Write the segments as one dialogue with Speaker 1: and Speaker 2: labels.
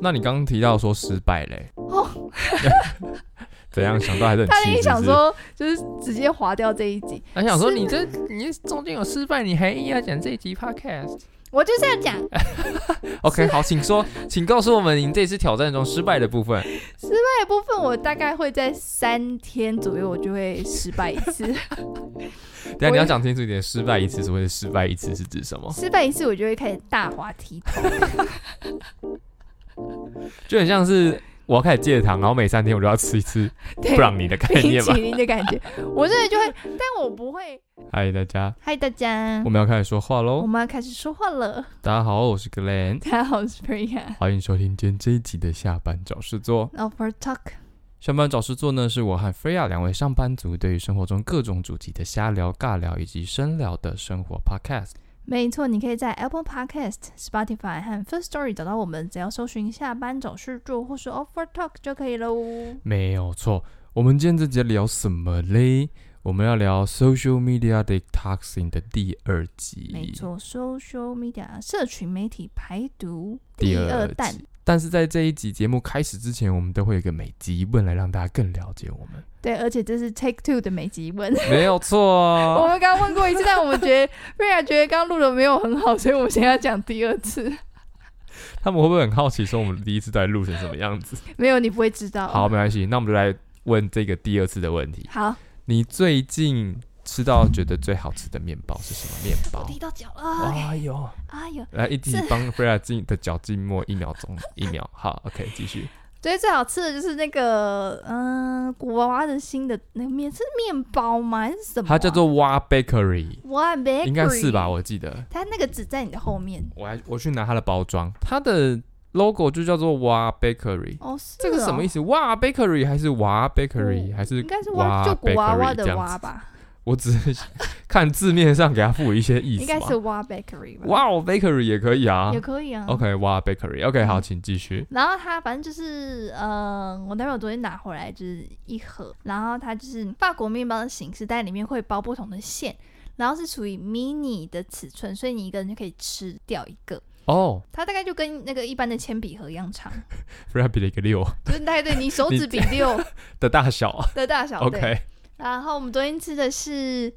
Speaker 1: 那你刚刚提到说失败嘞、
Speaker 2: 哦
Speaker 1: 怎样想到还是很
Speaker 2: 他
Speaker 1: 气
Speaker 2: 一
Speaker 1: 是
Speaker 2: 想
Speaker 1: 不是？
Speaker 2: 说，就是直接划掉这一集。
Speaker 1: 他想说
Speaker 2: 是
Speaker 1: 你这你中间有失败，你还硬要讲这一集 podcast。
Speaker 2: 我就这样讲，
Speaker 1: OK，好，请说，请告诉我们您这次挑战中失败的部分。
Speaker 2: 那一部分我大概会在三天左右，我就会失败一 次。
Speaker 1: 等一下
Speaker 2: 我
Speaker 1: 你要讲清楚一点，失败一次所谓的失败一次是指什么？
Speaker 2: 失败一次，我就会开始大滑 梯。
Speaker 1: 就很像是我要开始戒糖，然后每三天我就要吃一次
Speaker 2: 对
Speaker 1: 布，朗尼的概
Speaker 2: 冰
Speaker 1: 念
Speaker 2: 淇
Speaker 1: 吧。
Speaker 2: 淋 的感觉，我真的就会，但我不会。
Speaker 1: 嗨，大家，
Speaker 2: 嗨，大家
Speaker 1: 我，们要开始说话
Speaker 2: 我
Speaker 1: 喽。
Speaker 2: 们要开始说话了。
Speaker 1: 大家好，我是 Glenn，
Speaker 2: 大家好，我是 Priya。
Speaker 1: 欢迎收听今天这一集的下班找事做。
Speaker 2: o f e r Talk，
Speaker 1: 上班找事做呢，是我和菲亚两位上班族对于生活中各种主题的瞎聊、尬聊以及深聊的生活 podcast。
Speaker 2: 没错，你可以在 Apple Podcast、Spotify 和 First Story 找到我们，只要搜寻“下班找事做”或是 o f e r Talk 就可以喽。
Speaker 1: 没有错，我们今天这集要聊什么嘞？我们要聊 social media detoxing 的第二集。
Speaker 2: 没错，social media 社群媒体排毒
Speaker 1: 第
Speaker 2: 二弹
Speaker 1: 集。但是在这一集节目开始之前，我们都会有一个每集疑问来让大家更了解我们。
Speaker 2: 对，而且这是 Take Two 的每集问。
Speaker 1: 没有错啊
Speaker 2: 我们刚刚问过一次，但我们觉得瑞亚觉得刚录的没有很好，所以我们现在要讲第二次。
Speaker 1: 他们会不会很好奇说我们第一次在录成什么样子？
Speaker 2: 没有，你不会知道。
Speaker 1: 好，，没关系，那我们就来问这个第二次的问题。
Speaker 2: 好，
Speaker 1: 你最近吃到觉得最好吃的面包是什么面包
Speaker 2: 我？踢到脚了。
Speaker 1: 哎呦，
Speaker 2: 哎呦，
Speaker 1: 来一起
Speaker 2: 是
Speaker 1: 帮 Freya 静的脚静默一秒钟，一秒。好，OK，继续。
Speaker 2: 对，最好吃的就是那个，嗯、古娃娃的新的那个面是面包吗？还是什么啊、
Speaker 1: 它叫做 Wa Bakery，
Speaker 2: One Bakery，
Speaker 1: 应该是吧？？我记得。
Speaker 2: 它那个只在你的后面。
Speaker 1: 我还我去拿它的包装，它的 logo 就叫做哇 Bakery，、
Speaker 2: 哦，是、哦、嗯
Speaker 1: 这个什么意
Speaker 2: 思？
Speaker 1: 思？哇 Bakery 还是娃 Bakery、还是
Speaker 2: 应该是
Speaker 1: 哇
Speaker 2: 蛙，就古娃娃
Speaker 1: Bakery 这
Speaker 2: 的
Speaker 1: 样
Speaker 2: 蛙
Speaker 1: 子
Speaker 2: 吧，
Speaker 1: 我只是看字面上给它赋予一些意
Speaker 2: 应该
Speaker 1: 思
Speaker 2: 是
Speaker 1: 嘛。
Speaker 2: 蛙 Bakery 吧？
Speaker 1: 哇哦 Bakery 也可以啊
Speaker 2: 也。可以啊。嗯
Speaker 1: OK，哇 Bakery，OK、好，请继续。
Speaker 2: 然后它反正就是，呃，我男朋友昨天拿回来就是一盒，然后它就是法国面包的形式，但里面会包不同的馅，然后是属于 mini 的尺寸，所以你一个人就可以吃掉一个。
Speaker 1: 哦、
Speaker 2: 它大概就跟那个一般的铅笔盒一样 长，
Speaker 1: f r a p p y 的一个六
Speaker 2: 就是大概对你手指比六
Speaker 1: 的大小。
Speaker 2: 的大小。 对。
Speaker 1: OK，
Speaker 2: 然后我们昨天吃的是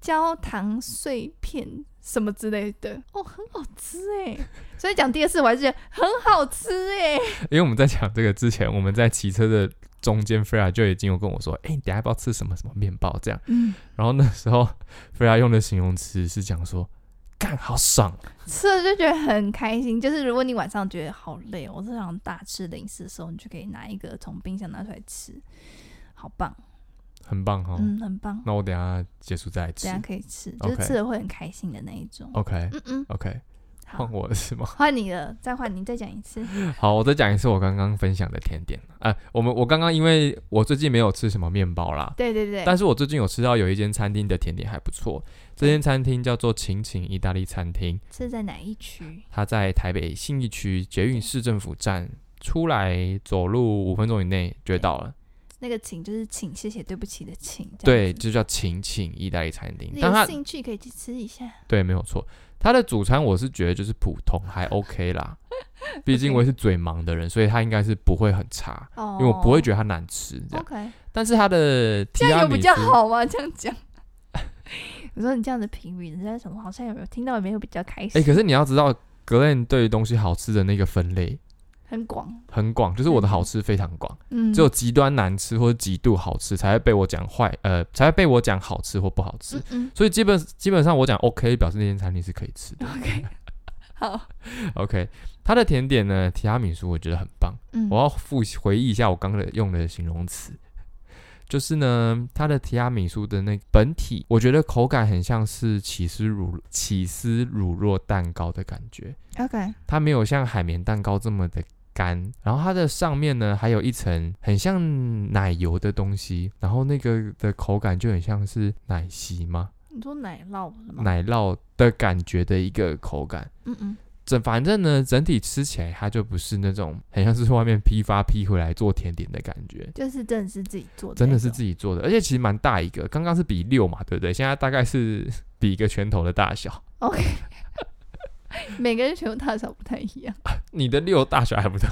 Speaker 2: 焦糖碎片什么之类的，哦，很好吃哎！所以讲第二次我还是觉得很好吃哎。
Speaker 1: 因为我们在讲这个之前，我们在骑车的中间 f r e y 就已经有跟我说，哎、你等一下要不要吃什么什么面包这样。
Speaker 2: 嗯，
Speaker 1: 然后那时候 f r e y 用的形容词是讲说，干好爽。
Speaker 2: 吃了就觉得很开心。就是如果你晚上觉得好累，哦我是想大吃零食的时候，你就可以拿一个从冰箱拿出来吃，好棒，
Speaker 1: 很棒哈、
Speaker 2: 嗯，很棒，
Speaker 1: 那我等一下结束再来吃
Speaker 2: 这。样可以吃，就是
Speaker 1: OK 哦
Speaker 2: 吃了会很开心的那一种。
Speaker 1: OK
Speaker 2: 嗯嗯，
Speaker 1: OK，
Speaker 2: 好
Speaker 1: 换，我了是吗？
Speaker 2: 换你了，再换你，再讲一次。
Speaker 1: 好，我再讲一次我刚刚分享的甜点。哎、我们我刚刚因为我最近没有吃什么面包啦，
Speaker 2: 对对对，
Speaker 1: 但是我最近有吃到有一间餐厅的甜点还不错。这间餐厅叫做晴晴意大利餐厅，
Speaker 2: 是在哪一区？
Speaker 1: 它在台北信义区捷运市政府站出来走路五分钟以内就会到了。
Speaker 2: 那个请就是请，谢谢，对不起的请。这样
Speaker 1: 对，
Speaker 2: 子
Speaker 1: 就叫晴晴意大利餐厅。
Speaker 2: 你
Speaker 1: 但它
Speaker 2: 有兴趣可以去吃一下。
Speaker 1: 对，没有错。它的主餐我是觉得就是普通，还 OK 啦。毕竟
Speaker 2: OK
Speaker 1: 我也是嘴盲的人，所以它应该是不会很差，
Speaker 2: 哦
Speaker 1: 因，为我不会觉得它难吃这样。
Speaker 2: OK，
Speaker 1: 但是它的提
Speaker 2: 哦这样
Speaker 1: 拉
Speaker 2: 有
Speaker 1: 米
Speaker 2: 比较
Speaker 1: 苏，
Speaker 2: 好吗？这样讲。 我说你这样的评语，人家什么好像有没有听到有没有比较开心？
Speaker 1: 哎，可是你要知道格 l 对于东西好吃的那个分类
Speaker 2: 很广，
Speaker 1: 很广，就是我的好吃非常广，
Speaker 2: 嗯，
Speaker 1: 只有极端难吃或者极度好吃才会被我讲坏，呃，才会被我讲好吃或不好吃
Speaker 2: 嗯。 嗯
Speaker 1: 所以基本基本上我讲 OK，表示那间餐厅是可以吃的。
Speaker 2: ，OK，好，
Speaker 1: OK，它的甜点呢，提拉米苏我觉得很棒。
Speaker 2: 嗯，
Speaker 1: 我要复习回忆一下我刚刚的用的形容词，就是呢，它的提拉米苏的那个本体，我觉得口感很像是起司乳起司乳酪蛋糕的感觉，
Speaker 2: OK，
Speaker 1: 它没有像海绵蛋糕这么的干，然后它的上面呢还有一层很像奶油的东西，然后那个的口感就很像是奶昔吗？
Speaker 2: 你说奶酪是吗？，
Speaker 1: 奶酪的感觉的一个口感。
Speaker 2: 嗯嗯，
Speaker 1: 整反正呢，整体吃起来它就不是那种很像是外面批发批回来做甜点的感觉，
Speaker 2: 就是真的是自己做的，
Speaker 1: 真的是
Speaker 2: 己，
Speaker 1: 自己做的，而且其实蛮大一个，刚刚是比六嘛，对不对？现在大概是比一个拳头的大小。
Speaker 2: OK 每个人全部大小不太一样，
Speaker 1: 你的六大小还不到，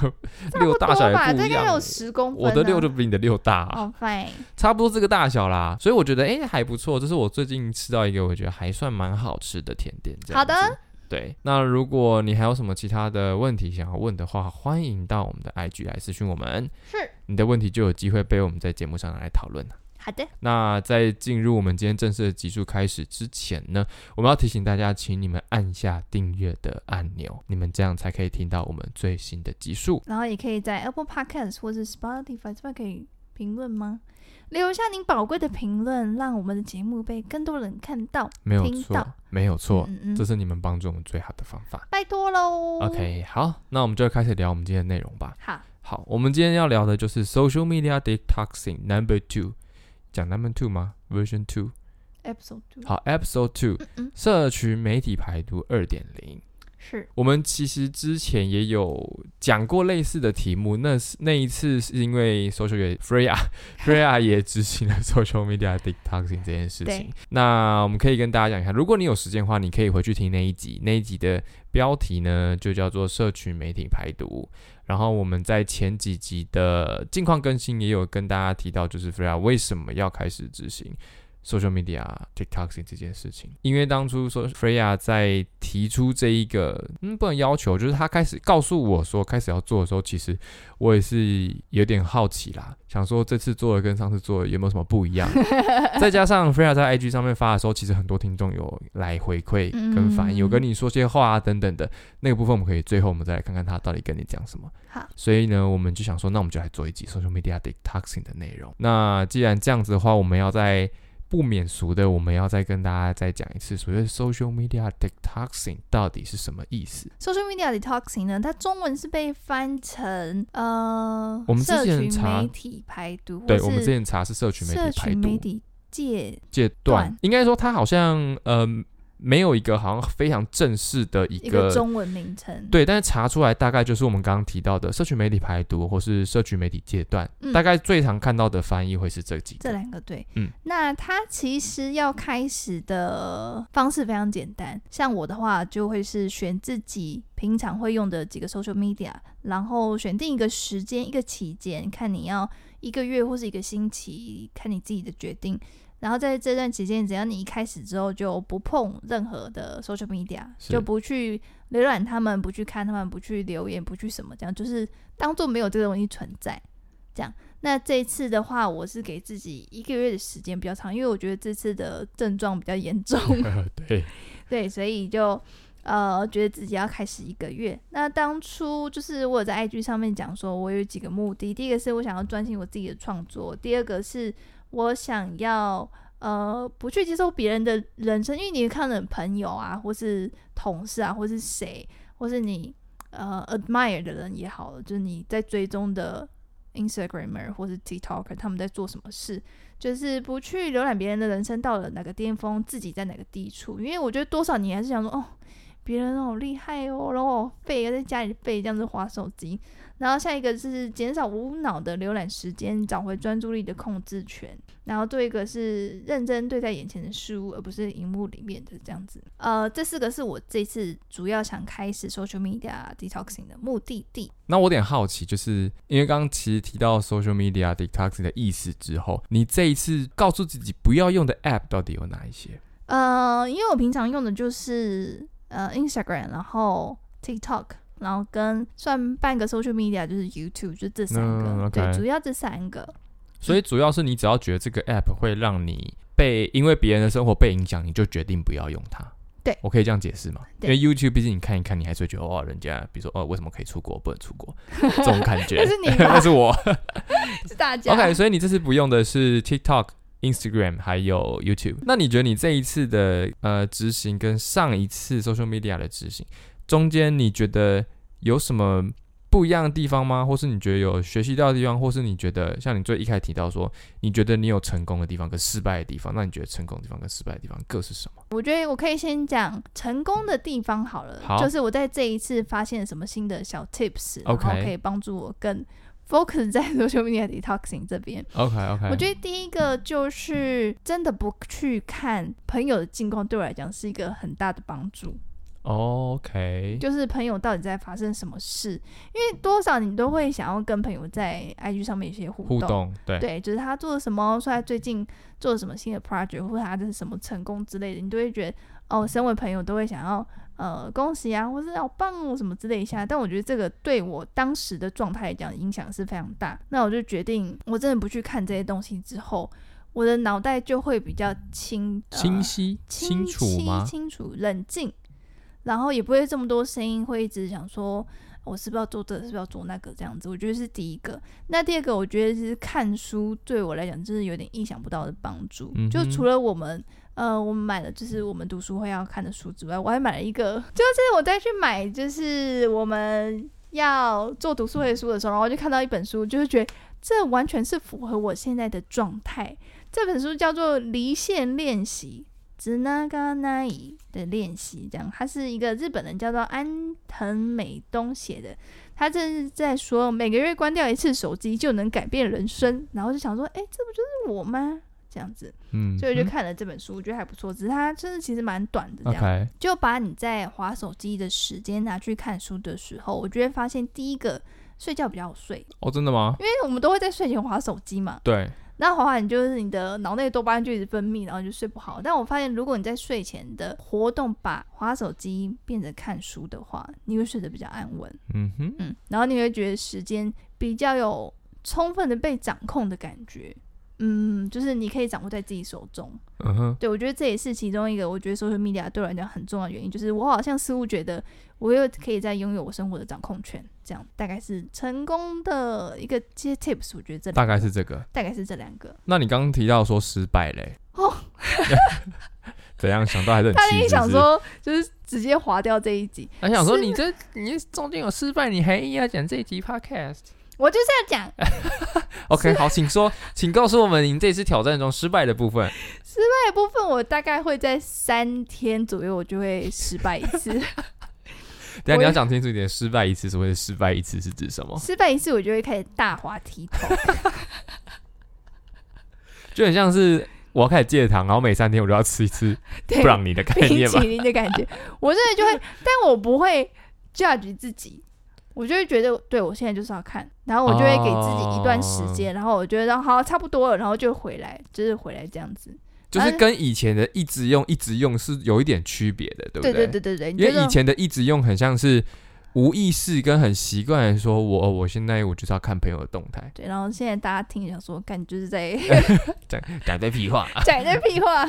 Speaker 1: 六
Speaker 2: 不
Speaker 1: 大小
Speaker 2: 多吧？
Speaker 1: 也不
Speaker 2: 大
Speaker 1: 一
Speaker 2: 概
Speaker 1: 样
Speaker 2: 有。十公分、啊。
Speaker 1: 我的六就比你的六大啊、
Speaker 2: 哦，fine，
Speaker 1: 差不多这个大小啦，所以我觉得哎、诶还不错，这是我最近吃到一个我觉得还算蛮好吃的甜点。这样子
Speaker 2: 好的，
Speaker 1: 对。那如果你还有什么其他的问题想要问的话，欢迎到我们的 IG 来私讯我们，
Speaker 2: 是
Speaker 1: 你的问题就有机会被我们在节目上拿来讨论了。
Speaker 2: 好的，
Speaker 1: 那在进入我们今天正式的集数开始之前呢，我们要提醒大家，请你们按下订阅的按钮，你们这样才可以听到我们最新的集数。
Speaker 2: 然后也可以在 Apple Podcast 或是 Spotify 这边可以评论吗？留下您宝贵的评论，让我们的节目被更多人看到。
Speaker 1: 没有
Speaker 2: 听
Speaker 1: 错
Speaker 2: 到，
Speaker 1: 没有错，
Speaker 2: 嗯嗯
Speaker 1: 这是你们帮助我们最好的方法。
Speaker 2: 拜托喽。
Speaker 1: OK，好，那我们就开始聊我们今天的内容吧。
Speaker 2: 好，
Speaker 1: 好，我们今天要聊的就是 Social Media Detoxing Number Two，讲 Number Two 吗？Version Two，
Speaker 2: Episode Two
Speaker 1: 好，Episode Two，
Speaker 2: 嗯
Speaker 1: 社群媒体排毒二点零。
Speaker 2: 是
Speaker 1: 我们其实之前也有讲过类似的题目，那是那一次是因为 social 也 Freya Freya 也执行了 social media detoxing 这件事
Speaker 2: 对
Speaker 1: 情。那我们可以跟大家讲一下，如果你有时间的话，你可以回去听那一集，那一集的标题呢就叫做“社群媒体排毒”。然后我们在前几集的近况更新也有跟大家提到，就是 Freya 为什么要开始执行 social media TikToking 这件事情，因为当初说 Freya 在提出这一个，嗯，不能要求，就是他开始告诉我说开始要做的时候，其实我也是有点好奇啦，想说这次做的跟上次做的有没有什么不一样？再加上 Freya 在 IG 上面发的时候，其实很多听众有来回馈跟反应，
Speaker 2: 嗯
Speaker 1: 有跟你说些话啊等等的那个部分，我们可以最后我们再来看看他到底跟你讲什么。
Speaker 2: 好，
Speaker 1: 所以呢，我们就想说，那我们就来做一集 social media detoxing 的内容。那既然这样子的话，我们要在不免俗的，我们要再跟大家再讲一次，所谓的 social media detoxing 到底是什么意思？
Speaker 2: Social Media Detoxing 呢，它中文是被翻成呃，
Speaker 1: 我们之
Speaker 2: 社
Speaker 1: 前
Speaker 2: 群
Speaker 1: 查
Speaker 2: 媒体排毒，
Speaker 1: 对
Speaker 2: 或
Speaker 1: 我们
Speaker 2: 是
Speaker 1: 之前查是社群媒
Speaker 2: 社
Speaker 1: 体排
Speaker 2: 群媒
Speaker 1: 毒
Speaker 2: 体界
Speaker 1: 阶段
Speaker 2: 段，
Speaker 1: 应该说它好像嗯没有一个好像非常正式的一
Speaker 2: 一个
Speaker 1: 个
Speaker 2: 中文名称，
Speaker 1: 对，但是查出来大概就是我们刚刚提到的社群媒体排毒或是社群媒体阶段，
Speaker 2: 嗯
Speaker 1: 大概最常看到的翻译会是这几
Speaker 2: 这
Speaker 1: 个。
Speaker 2: 两个对，
Speaker 1: 嗯，
Speaker 2: 那它其实要开始的方式非常简单，像我的话就会是选自己平常会用的几个 social media，然后选定一个时间、一个期间，看你要一个月或是一个星期，看你自己的决定。然后在这段期间，只要你一开始之后就不碰任何的 social media，
Speaker 1: 是
Speaker 2: 就不去浏览他们，不去看他们，不去留言，不去什么，这样就是当做没有这个东西存在。这样，那这一次的话，我是给自己一个月的时间比较长，因为我觉得这次的症状比较严重，
Speaker 1: 对，
Speaker 2: 对，所以就呃觉得自己要开始一个月。那当初就是我有在 IG 上面讲说，我有几个目的，第一个是我想要专心我自己的创作，第二个是我想要呃不去接受别人的人生，因为你看了朋友啊，或是同事啊，或是谁，或是你呃 admire 的人也好，就是你在追踪的 Instagramer 或是 TikToker 他们在做什么事，就是不去浏览别人的人生到了哪个巅峰，自己在哪个低处，因为我觉得多少你还是想说哦。别人好厉害哦，然后我废在家里废这样子划手机，然后下一个是减少无脑的浏览时间，找回专注力的控制权，然后做一个是认真对待眼前的事物，而不是荧幕里面的这样子。呃，这四个是我这次主要想开始 social media detoxing 的目的地。
Speaker 1: 那我有点好奇，就是因为刚刚其实提到 social media detoxing 的意思之后，你这一次告诉自己不要用的 app 到底有哪一些？
Speaker 2: 呃，因为我平常用的就是呃 Instagram，然后 TikTok，然后跟算半个 social media 就是 YouTube，就这三个，
Speaker 1: 嗯，OK
Speaker 2: 对，主要这三个。
Speaker 1: 所以主要是你只要觉得这个 app 会让你被因为别人的生活被影响，你就决定不要用它。
Speaker 2: 对
Speaker 1: 我可以这样解释吗？因
Speaker 2: 对
Speaker 1: 为 YouTube 毕竟你看一看，你还是会觉得哦，人家比如说哦，为什么可以出国不能出国这种感 觉？
Speaker 2: 那是你吧
Speaker 1: 那是我。
Speaker 2: 是大家
Speaker 1: OK，所以你这次不用的是 TikTok、Instagram 还有 YouTube。那你觉得你这一次的呃执行跟上一次 social media 的执行中间，你觉得有什么不一样的地方吗？或是你觉得有学习到的地方，或是你觉得像你最一开始提到说，你觉得你有成功的地方跟失败的地方，那你觉得成功的地方跟失败的地方各是什么？
Speaker 2: 我觉得我可以先讲成功的地方好了，
Speaker 1: 好
Speaker 2: 就是我在这一次发现什么新的小 tips，然
Speaker 1: OK
Speaker 2: 后可以帮助我更 focus 在 social media detoxing 这边。
Speaker 1: OK OK，
Speaker 2: 我觉得第一个就是真的不去看朋友的近况，对我来讲是一个很大的帮助。
Speaker 1: OK，
Speaker 2: 就是朋友到底在发生什么事，因为多少你都会想要跟朋友在 IG 上面有些互
Speaker 1: 互动对，
Speaker 2: 对，就是他做了什么，说他最近做了什么新的 project，或者他的什么成功之类的，你都会觉得哦，身为朋友都会想要呃恭喜啊，或是好棒哦什么之类一下。但我觉得这个对我当时的状态来讲影响是非常大。那我就决定，我真的不去看这些东西之后，我的脑袋就会比较清、呃、
Speaker 1: 清晰、
Speaker 2: 清
Speaker 1: 清楚
Speaker 2: 晰
Speaker 1: 吗？
Speaker 2: 呃清楚、冷静，然后也不会这么多声音，会一直想说我是不是要做这，是不是要做那个这样子。我觉得是第一个。那第二个，我觉得是看书对我来讲，真是有点意想不到的帮助。
Speaker 1: 嗯哼
Speaker 2: 就除了我们。呃，我们买了就是我们读书会要看的书之外，我还买了一个， 就是我再去买，就是我们要做读书会的书的时候，然后我就看到一本书，就是觉得这完全是符合我现在的状态。这本书叫做《离线练习》。直那嘎那伊的练习，这样，他是一个日本人，叫做安藤美东写的。他正是在说，每个月关掉一次手机就能改变人生，然后就想说，诶，这不就是我吗？这样子，
Speaker 1: 嗯，
Speaker 2: 所以我就
Speaker 1: 嗯
Speaker 2: 看了这本书，我觉得还不错，只是它真的其实蛮短的，这样。
Speaker 1: OK，
Speaker 2: 就把你在划手机的时间拿去看书的时候，我就会发现，第一个睡觉比较好睡，因
Speaker 1: 哦，真的吗？
Speaker 2: 为我们都会在睡前划手机嘛。
Speaker 1: 对，
Speaker 2: 那滑滑你就是你的脑内多巴胺就一直分泌，然后就睡不好。但我发现，如果你在睡前的活动把滑手机变成看书的话，你会睡得比较安稳，
Speaker 1: 嗯哼，
Speaker 2: 嗯，然后你会觉得时间比较有充分的被掌控的感觉，嗯，就是你可以掌握在自己手中。
Speaker 1: 嗯哼，
Speaker 2: 对我觉得这也是其中一个我觉得 social media 对我来讲很重要的原因，就是我好像似乎觉得我又可以在拥有我生活的掌控权，这样大概是成功的一个这些 tips，我觉得这
Speaker 1: 大概
Speaker 2: 是
Speaker 1: 是这个。
Speaker 2: 大概是这两个。
Speaker 1: 那你刚刚提到说失败嘞，
Speaker 2: 哦，
Speaker 1: 怎样想到还是很
Speaker 2: 他
Speaker 1: 气
Speaker 2: 一定
Speaker 1: 是不
Speaker 2: 想
Speaker 1: 是，
Speaker 2: 说，就是直接划掉这一集。
Speaker 1: 他想说
Speaker 2: 失
Speaker 1: 你这你中间有失败，你还硬要讲这一集 podcast。
Speaker 2: 我就是要讲
Speaker 1: OK，好，请说，请告诉我们您这次挑战中失败的部分。
Speaker 2: 那一部分，我大概会在三天左右，我就会失败一 次。
Speaker 1: 等一下
Speaker 2: 我
Speaker 1: 你
Speaker 2: 也
Speaker 1: 要讲清楚一点，失败一次，所谓的失败一次是指什么？
Speaker 2: 失败一次，我就会开始大滑 梯头。
Speaker 1: 就很像是我要开始戒糖，然后每三天我就要吃一次
Speaker 2: 对
Speaker 1: 布，朗尼的概
Speaker 2: 冰
Speaker 1: 念
Speaker 2: 淇
Speaker 1: 吧。
Speaker 2: 淋的感觉，我真 的就会，但我不会 judge 自己，我就会觉得，对我现在就是要看，然后我就会给自己一段时
Speaker 1: 哦
Speaker 2: 间，然后我觉得哦好差不多了，然后就回来，就是回来这样子。
Speaker 1: 就是跟以前的一直用、一直用是有一点区别的，对不
Speaker 2: 对
Speaker 1: 对
Speaker 2: 对对对对，你
Speaker 1: 因
Speaker 2: 觉
Speaker 1: 为
Speaker 2: 得
Speaker 1: 以前的一直用很像是无意识跟很习惯地说我，哦我现在我就是要看朋友的动 态，
Speaker 2: 对，然后现在大家听想说，感觉就是在。
Speaker 1: 讲讲这屁话。啊
Speaker 2: 讲一堆屁话。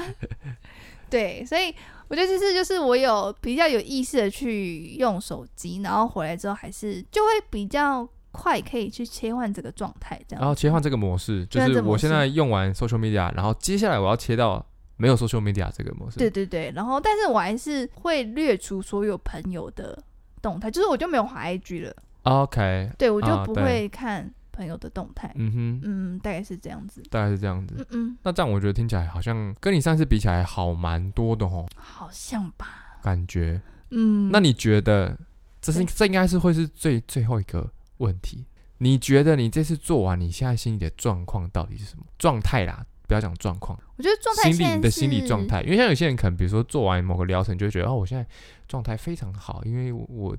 Speaker 2: 对，所以我觉得这次就是我有比较有意识的去用手机，然后回来之后还是就会比较快可以去切换这个状态，这样。
Speaker 1: 然后切换这个模式，就
Speaker 2: 切换
Speaker 1: 是
Speaker 2: 这个模
Speaker 1: 我
Speaker 2: 式
Speaker 1: 现在用完 social media，然后接下来我要切到没有 social media 这个模式。
Speaker 2: 对对对，然后但是我还是会略除所有朋友的动态，就是我就没有滑 IG 了，
Speaker 1: ，OK，
Speaker 2: 对我就
Speaker 1: 啊
Speaker 2: 不
Speaker 1: 对
Speaker 2: 会看朋友的动态，
Speaker 1: 嗯哼，
Speaker 2: 嗯，大概是这样子，
Speaker 1: 大概是这样子。
Speaker 2: 嗯嗯，
Speaker 1: 那这样我觉得听起来好像跟你上次比起来好蛮多的哦，
Speaker 2: 好像吧，
Speaker 1: 感觉。
Speaker 2: 嗯，
Speaker 1: 那你觉得这是
Speaker 2: 对
Speaker 1: 这应该是会是最最后一个问题？你觉得你这次做完，你现在心里的状况到底是什么状态啦？不要讲状况，
Speaker 2: 我觉得状态
Speaker 1: 心
Speaker 2: 现在
Speaker 1: 理你的心理状
Speaker 2: 是
Speaker 1: 态，因为像有些人可能，比如说做完某个疗程，就会觉得哦，我现在状态非常好，因为我我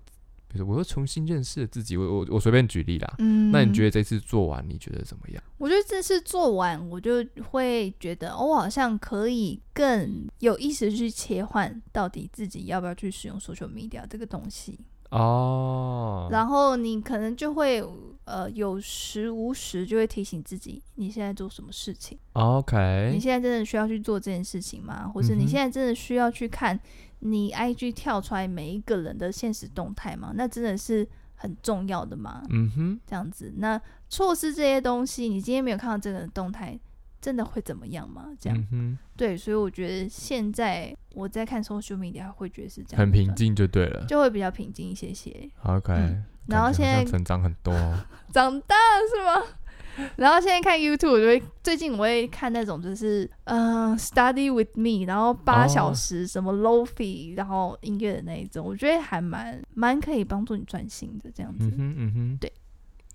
Speaker 1: 比如说我又重新认识了自己，我我我随便举例啦。
Speaker 2: 嗯，
Speaker 1: 那你觉得这次做完，你觉得怎么样？
Speaker 2: 我觉得这次做完，我就会觉得，哦，我好像可以更有意识地去切换，到底自己要不要去使用 social media 这个东西。
Speaker 1: 哦，
Speaker 2: 然后你可能就会，呃，有时无时就会提醒自己，你现在做什么事情，你
Speaker 1: OK，
Speaker 2: 现在真的需要去做这件事情吗？或是
Speaker 1: 嗯
Speaker 2: 你
Speaker 1: 哼
Speaker 2: 现在真的需要去看你 IG 跳出来每一个人的现实动态吗？那真的是很重要的吗？
Speaker 1: 嗯哼，
Speaker 2: 这样子。那错失这些东西，你今天没有看到这个人动态，真的会怎么样吗？这样、
Speaker 1: 嗯哼，
Speaker 2: 对，所以我觉得现在我在看 social media 会觉得是这样，
Speaker 1: 很平，静就对了。
Speaker 2: 就会比较平静一些些。
Speaker 1: OK，
Speaker 2: 嗯然后
Speaker 1: 感觉好
Speaker 2: 现
Speaker 1: 像
Speaker 2: 在
Speaker 1: 成长很多哦。
Speaker 2: 长大了是吗？ 然后现在看 YouTube，我就会最近我会看那种就是嗯、呃 Study with me，然后八
Speaker 1: 哦
Speaker 2: 小时什么 lofi，、然后音乐的那一种，我觉得还蛮蛮可以帮助你专心的这样子
Speaker 1: 嗯，哼，嗯哼，
Speaker 2: 对，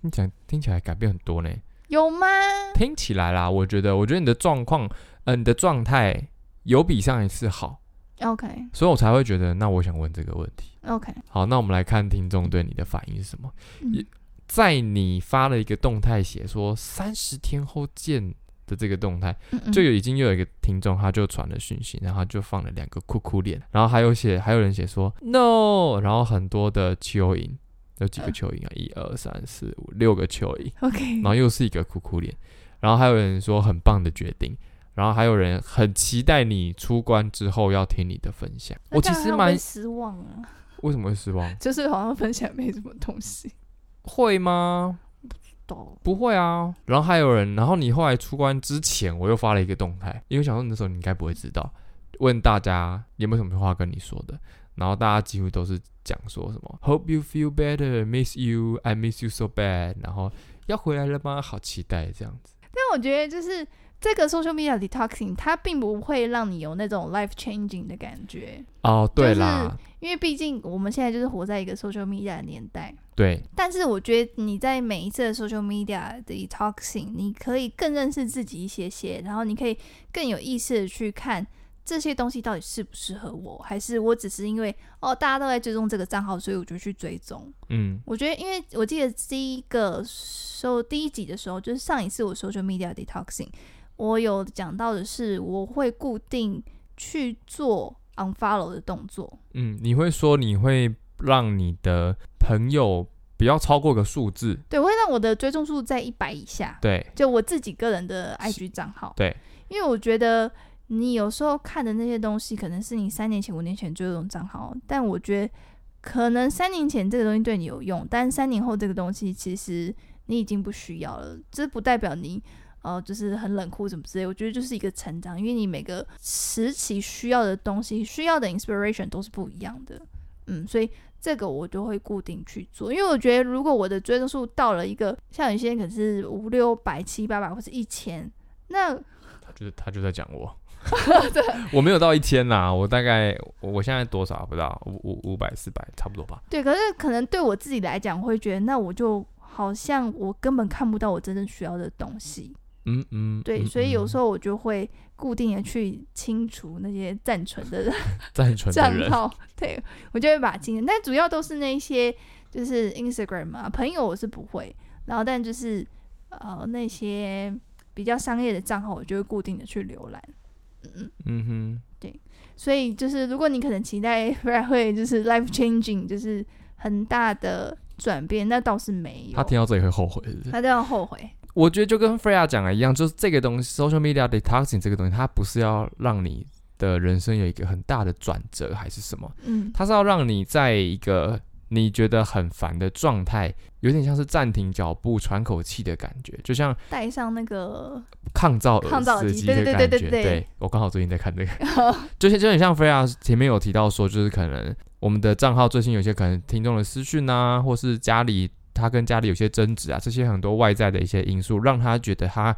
Speaker 1: 听起来听起来改变很多呢。
Speaker 2: 有吗？
Speaker 1: 听起来啦，我觉得，我觉得你的状况，呃，你的状态有比上一次好，
Speaker 2: OK
Speaker 1: 所以我才会觉得，那我想问这个问题。
Speaker 2: OK，
Speaker 1: 好，那我们来看听众对你的反应是什么。也
Speaker 2: 嗯
Speaker 1: 在你发了一个动态写说三十天后见的这个动态，
Speaker 2: 嗯嗯
Speaker 1: 就有已经有一个听众他就传了讯息，然后他就放了两个酷酷脸，然后还有写还有人写说 no，然后很多的蚯蚓，有几个蚯蚓啊？一二三四五六个蚯蚓，
Speaker 2: OK，
Speaker 1: 然后又是一个酷酷脸，然后还有人说很棒的决定。然后还有人很期待你出关之后要听你的分享，
Speaker 2: 那
Speaker 1: 我
Speaker 2: 这
Speaker 1: 其实
Speaker 2: 样他会
Speaker 1: 蛮
Speaker 2: 失望啊，
Speaker 1: 为什么会失望？
Speaker 2: 就是好像分享没什么 东西。
Speaker 1: 会吗？
Speaker 2: 懂，
Speaker 1: 不会啊。然后还有人，然后你后来出关之前，我又发了一个动态，因为想说那时候你应该不会知道，问大家有没有什么话跟你说的。然后大家几乎都是讲说什么 “Hope you feel better, miss you, I miss you so bad”，然后要回来了吗？好期待这样子。
Speaker 2: 但我觉得就是这个 social media detoxing，它并不会让你有那种 life changing 的感觉，
Speaker 1: 哦，对
Speaker 2: 就是
Speaker 1: 啦，
Speaker 2: 因为毕竟我们现在就是活在一个 social media 的年代。
Speaker 1: 对，
Speaker 2: 但是我觉得你在每一次的 social media 的 detoxing，你可以更认识自己一些些，然后你可以更有意识的去看这些东西到底适不适合我，还是我只是因为哦大家都在追踪这个账号，所以我就去追踪。
Speaker 1: 嗯
Speaker 2: 我觉得，因为我记得第一个时候第一集的时候，就是上一次我 social media detoxing，我有讲到的是我会固定去做 unfollow 的动作，
Speaker 1: 嗯，你会说你会让你的朋友不要超过个数字，
Speaker 2: 对，我会让我的追踪数在一百以下，
Speaker 1: 对
Speaker 2: 就我自己个人的 IG 账号，
Speaker 1: 对，
Speaker 2: 因为我觉得你有时候看的那些东西，可能是你三年前、五年前追踪的账号，但我觉得可能三年前这个东西对你有用，但三年后这个东西其实你已经不需要了。这不代表你呃就是很冷酷什么之类，我觉得就是一个成长，因为你每个时期需要的东西、需要的 inspiration 都是不一样的。嗯，所以这个我就会固定去做，因为我觉得如果我的追踪数到了一个，像有些人可能是五六百、七八百或是一千，那
Speaker 1: 他就是他就在讲我， 我没有到一千啦，我大概我我现在多少不知道，五五五百四百差不多吧。
Speaker 2: 对，可是可能对我自己来讲，我会觉得那我就好像我根本看不到我真正需要的东西。
Speaker 1: 嗯嗯，
Speaker 2: 对，所以有时
Speaker 1: 候
Speaker 2: 候我就会固定的去清除那些暂 存的
Speaker 1: 赞成的
Speaker 2: 账
Speaker 1: 人，
Speaker 2: 号。对，我就会把它清。但主要都是那些就是 Instagram 啊，朋友我是不会。然后但就是呃那些比较商业的账号，我就会固定的去浏览。
Speaker 1: 嗯哼，
Speaker 2: 所以就是，如果你可能期待未来会就是 life changing，就是很大的转变，那倒是没有。
Speaker 1: 他听到这里会后悔，是不是？
Speaker 2: 他都要后悔。
Speaker 1: 我觉得就跟 Freya 讲的一样，就是这个东西，social media detoxing 这个东西，它不是要让你的人生有一个很大的转折还是什么，
Speaker 2: 嗯
Speaker 1: 它是要让你在一个你觉得很烦的状态，有点像是暂停脚步、喘口气的感觉，就像
Speaker 2: 带上那个，
Speaker 1: 抗噪
Speaker 2: 抗噪
Speaker 1: 耳
Speaker 2: 耳
Speaker 1: 机
Speaker 2: 机
Speaker 1: 的
Speaker 2: 对
Speaker 1: 感
Speaker 2: 对
Speaker 1: 觉。
Speaker 2: 对对对对
Speaker 1: 我刚好最近在看这个， 就是就很像菲亚前面有提到说，就是可能我们的账号最近有些可能听众的私讯啊，或是家里他跟家里有些争执啊，这些很多外在的一些因素，让他觉得他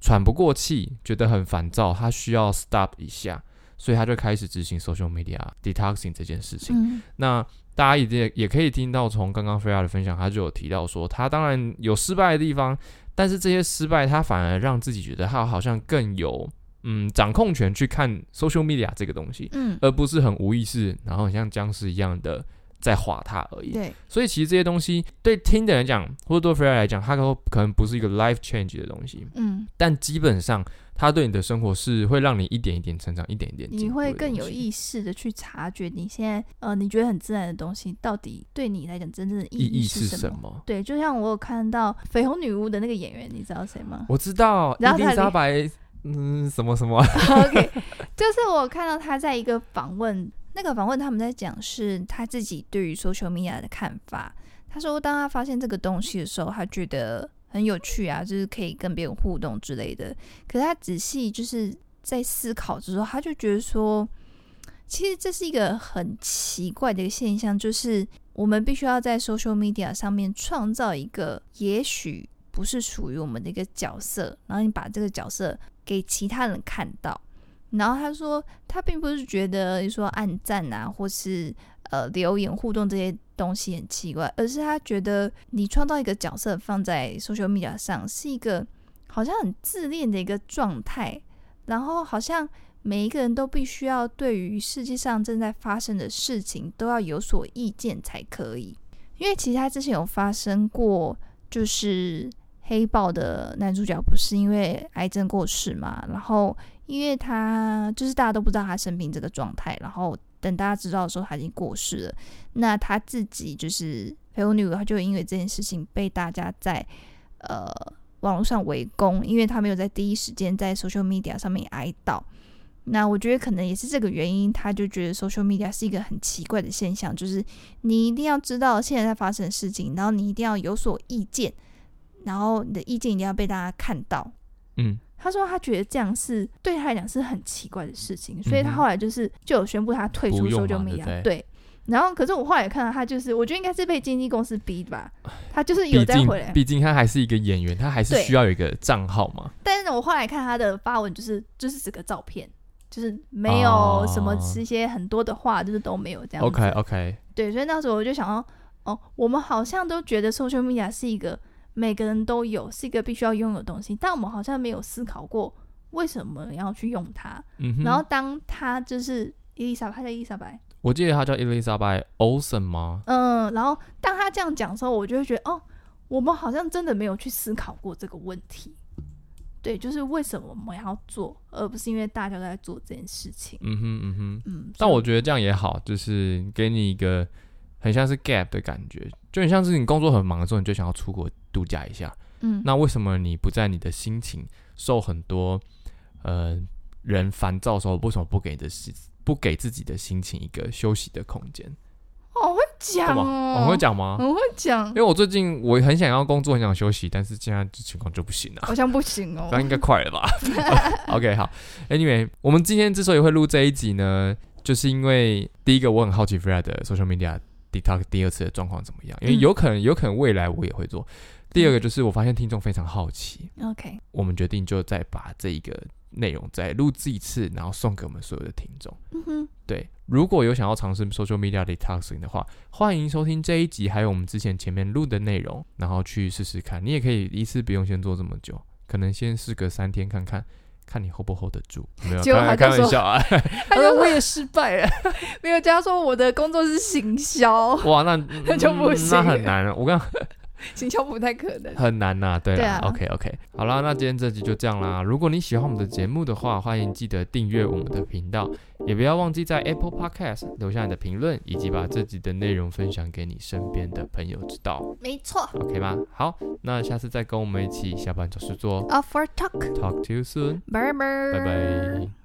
Speaker 1: 喘不过气，觉得很烦躁，他需要 stop 一下，所以他就开始执行 social media detoxing 这件事情。
Speaker 2: 嗯
Speaker 1: 那大家一定也也可以听到，从刚刚菲亚的分享，他就有提到说，他当然有失败的地方，但是这些失败，他反而让自己觉得他好像更有嗯掌控权去看 social media 这个东西，
Speaker 2: 嗯，
Speaker 1: 而不是很无意识，然后很像僵尸一样的在划它而已。
Speaker 2: 对，
Speaker 1: 所以其实这些东西对听的人讲，或者对菲亚来讲，它可可能不是一个 life change 的东西，
Speaker 2: 嗯，
Speaker 1: 但基本上它对你的生活是会让你一点一点成长，一点一点
Speaker 2: 你
Speaker 1: 进步
Speaker 2: 会
Speaker 1: 的
Speaker 2: 更
Speaker 1: 东
Speaker 2: 有
Speaker 1: 西
Speaker 2: 意识的去察觉你现在呃你觉得很自然的东西，到底对你来讲真正的
Speaker 1: 意义
Speaker 2: 是
Speaker 1: 是
Speaker 2: 什
Speaker 1: 什
Speaker 2: 么？
Speaker 1: 么？
Speaker 2: 对，就像我有看到《绯红女巫》的那个演员，你知道谁吗
Speaker 1: 我知道伊
Speaker 2: 然后
Speaker 1: 丽
Speaker 2: 他
Speaker 1: 莎
Speaker 2: 连
Speaker 1: 白，嗯，什么什么，
Speaker 2: ？OK，就是我看到他在一个访问，那个访问他们在讲是他自己对于 social media 的看法。他说，当他发现这个东西的时候，他觉得很有趣啊，就是可以跟别人互动之类的。可是他仔细就是在思考之后，他就觉得说，其实这是一个很奇怪的一个现象，就是我们必须要在 social media 上面创造一个也许不是属于我们的一个角色，然后你把这个角色给其他人看到。然后他说，他并不是觉得说暗赞啊，或是呃留言互动这些东西很奇怪，而是他觉得你创造一个角色放在 social media 上是一个好像很自恋的一个状态，然后好像每一个人都必须要对于世界上正在发生的事情都要有所意见才可以。因为其实他之前有发生过，就是黑豹的男主角不是因为癌症过世嘛，然后因为他就是大家都不知道他生病这个状态，然后等大家知道的时候他已经过世了，那他自己就是绯红女巫，他就因为这件事情被大家在呃网络上围攻，因为他没有在第一时间在 social media 上面哀悼。那我觉得可能也是这个原因，他就觉得 social media 是一个很奇怪的现象，就是你一定要知道现在在发生的事情，然后你一定要有所意见，然后你的意见一定要被大家看到。
Speaker 1: 嗯，
Speaker 2: 他说他觉得这样是对他来讲是很奇怪的事情，所以他
Speaker 1: 嗯哼
Speaker 2: 后来就是就有宣布他退出
Speaker 1: 不用嘛
Speaker 2: social
Speaker 1: 对不
Speaker 2: media。
Speaker 1: 对
Speaker 2: 对，然后可是我后来看到他就是，我觉得应该是被经纪公司逼的吧，他就是 有
Speaker 1: 毕
Speaker 2: 在
Speaker 1: 竟
Speaker 2: 回来。
Speaker 1: 毕竟他还是一个演员，他还是
Speaker 2: 对
Speaker 1: 需要有一个账号嘛。
Speaker 2: 但是我后来看他的发文，就是就是只个照片，就是没有
Speaker 1: 哦
Speaker 2: 什么这些很多的话，就是都没有这样子。
Speaker 1: OK OK，
Speaker 2: 对，所以那时候我就想到，哦，我们好像都觉得 social media 是一个每个人都有，是一个必须要拥有的东西，但我们好像没有思考过为什么要去用它。
Speaker 1: 嗯哼，
Speaker 2: 然后当他就是伊丽莎白，她叫伊丽莎白，
Speaker 1: 我记得他叫 Elizabeth Olsen 吗？
Speaker 2: 嗯，然后当他这样讲的时候，我就会觉得，哦，我们好像真的没有去思考过这个问题。对，就是为什么我们要做，而不是因为大家都在做这件事情。
Speaker 1: 嗯哼嗯哼，
Speaker 2: 嗯，
Speaker 1: 但
Speaker 2: 所以
Speaker 1: 我觉得这样也好，就是给你一个很像是 gap 的感觉，就很像是你工作很忙的时候，你就想要出国度假一下。
Speaker 2: 嗯，
Speaker 1: 那为什么你不在你的心情受很多呃人烦躁的时候，为什么不给你的心不给自己的心情一个休息的空间？
Speaker 2: 哦，我会讲
Speaker 1: 干嘛？
Speaker 2: 哦，
Speaker 1: 我会，讲吗？
Speaker 2: 我会讲
Speaker 1: 因，为我最近我很想要工作，很想休息，但是现在这情况就不行啊。
Speaker 2: 好像不行哦
Speaker 1: 那。应该快了 吧？OK，好。Anyway，我们今天之所以会录这一集呢，就是因为第一个我很好奇 Fred 的 social media detox 第二次的状况怎么样，因为
Speaker 2: 嗯
Speaker 1: 有可能有可能未来我也会做。第二个就是我发现听众非常好奇，
Speaker 2: OK，
Speaker 1: 我们决定就再把这一个内容再录制一次，然后送给我们所有的听众。
Speaker 2: 嗯哼，
Speaker 1: 对，如果有想要尝试 social media detoxing 的话，欢迎收听这一集，还有我们之前前面录的内容，然后去试试看。你也可以一次不用先做这么久，可能先试个三天看看，看你 hold 不 hold 得住。没有，
Speaker 2: 结果
Speaker 1: 开
Speaker 2: 他
Speaker 1: 开
Speaker 2: 就
Speaker 1: 玩
Speaker 2: 说
Speaker 1: 笑啊！
Speaker 2: 他就
Speaker 1: 我也失败了。
Speaker 2: 没有加说我的工作是行销，
Speaker 1: 哇，那
Speaker 2: 那就不
Speaker 1: 嗯
Speaker 2: 行
Speaker 1: 那
Speaker 2: 了
Speaker 1: 很难了。我刚
Speaker 2: 行销不太可能。
Speaker 1: 很难呐、对
Speaker 2: 对
Speaker 1: 啦
Speaker 2: 啊
Speaker 1: OK OK，好啦，那今天这集就这样啦。如果你喜欢我们的节目的话，欢迎记得订阅我们的频道，也不要忘记在 Apple Podcast 留下你的评论，以及把这集的内容分享给你身边的朋友知道
Speaker 2: 没错
Speaker 1: ，OK 吗？好，那下次再跟我们一起下班找事做哦
Speaker 2: ，Offer Talk，
Speaker 1: ，Talk to you soon，
Speaker 2: 拜拜，
Speaker 1: 拜拜。